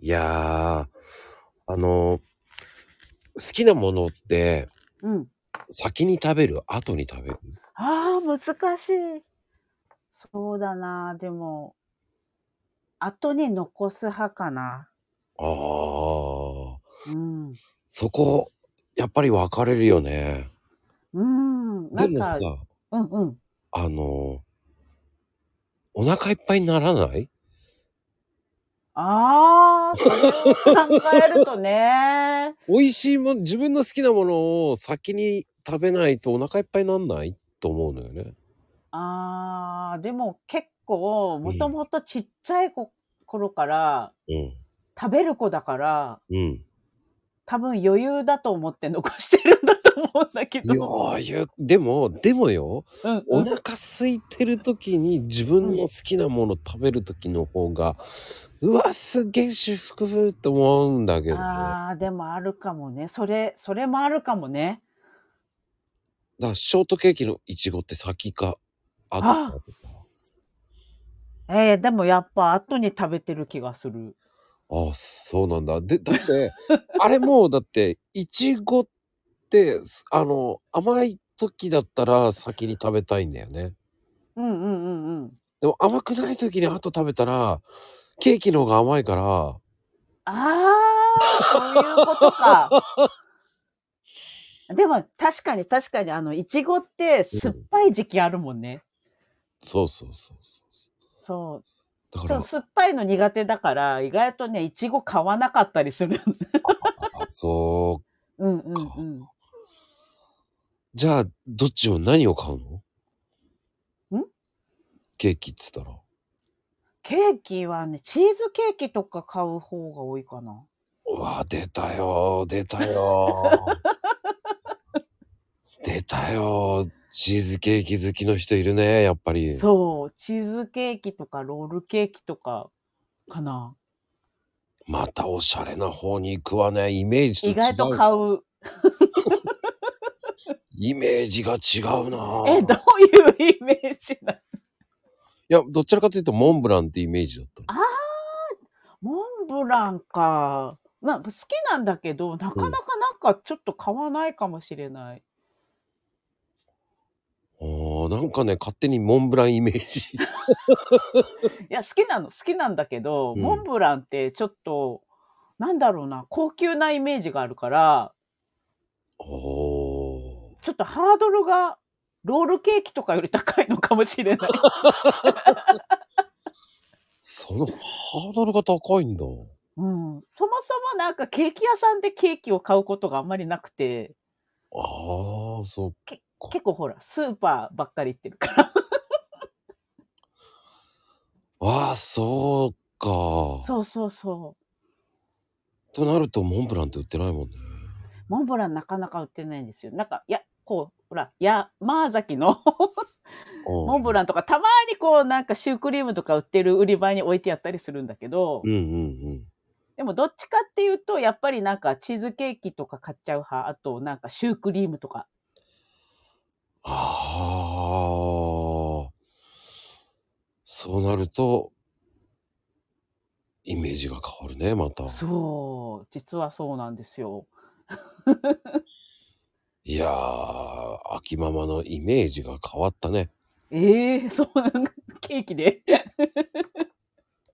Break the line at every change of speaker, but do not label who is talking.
いやー、あの好きなものって、
うん。
先に食べる後に食べる
ああ、難しい。そうだな。でも、後に残す派かな。
あー、
うん。
そこ、やっぱり分かれるよね。
うん。な
で
ん
も
か
さ、、
うんうん。
あのお腹いっぱいにならない
ああ、それを考えるとね。
美味しいもん、自分の好きなものを先に食べないとお腹いっぱいになんないと思うのよね。
ああ、でも結構、
ん
もともとちっちゃい子頃から食べる子だから、
うん。うん。
多分余裕だと思って残してるんだと思うんだけど。
いやいや、でも、でもよ、
うんう
お
ん、
腹空いてる時に自分の好きなもの食べる時の方が、うわ、すげえ主服って思うんだけどね。だか
ああ、でもあるかもね。それ、それもあるかもね。
らショートケーキのイチゴって先か、後か
あ。ええでもやっぱ後に食べてる気がする。
ああ、そうなんだ。で、だって、 あれもうだって、いちごって、すあの、甘い時だったら先に食べたいんだよね。
うんうんうんうん。
でも甘くない時に後食べたら、ケーキの方が甘いから、
ああ、そういうことか。 でも確かに確かにあの、いちごって酸っぱい時期あるもんね。
そうそうそうそうそ。
そう
だか
う。ちょっ
ら
と、酸っぱいの苦手だから、意外とね、いちご買わなかったりする。
あそう。
うんうんうん。
じゃあ、どっちを何を買うの
ん
ケーキって言ったら。
ケーキはね、チーズケーキとか買う方が多いかな。
うわ、出たよ、出た よ。出たよ。チーズケーキ好きの人いるね、やっぱり。
そう、チーズケーキとかロールケーキとかかな。
またおしゃれな方に行くわね。イメージと違う。
意外と買う。
イメージが違う
え、
な
どういうイメージなの
いや、どちらかというとモンブランってイメージだったの。
モンブランか。まあ、好きなんだけど、なかなかなんかちょっと買わないかもしれない。
おーなんかね、勝手にモンブランイメージ。
いや、好きなの、好きなんだけど、
うん
モンブランってちょっと、なんだろうな、高級なイメージがあるから、
おー
ちょっとハードルが、ロールケーキとかより高いのかもしれない。
そのハードルが高いんだ。
うん。そもそもなんかケーキ屋さんでケーキを買うことがあんまりなくて、
ああ、そう。
結構ほら、スーパーばっかり行って るから。
ああ、そうか。
そうそうそう。
となるとモンブランって売ってないもんね。
モンブランなかなか売ってないんですよ。なんか、いや、こう、ほら、山崎のモ
モ
ンブラ
ン。
ンとか、たまにこう、なんかシュークリームとか売ってる売り場に置いてやったりするんだけど
う、んうん
でもどっちかっていうと、やっぱりなんかチーズケーキとか買っちゃう派、あとなんかシュークリームとか。
ああ。そうなると、イメージが変わるね、また。
そう、実はそうなんですよ。
いやー、秋ママのイメージが変わったね。
ええそうなんケーキで。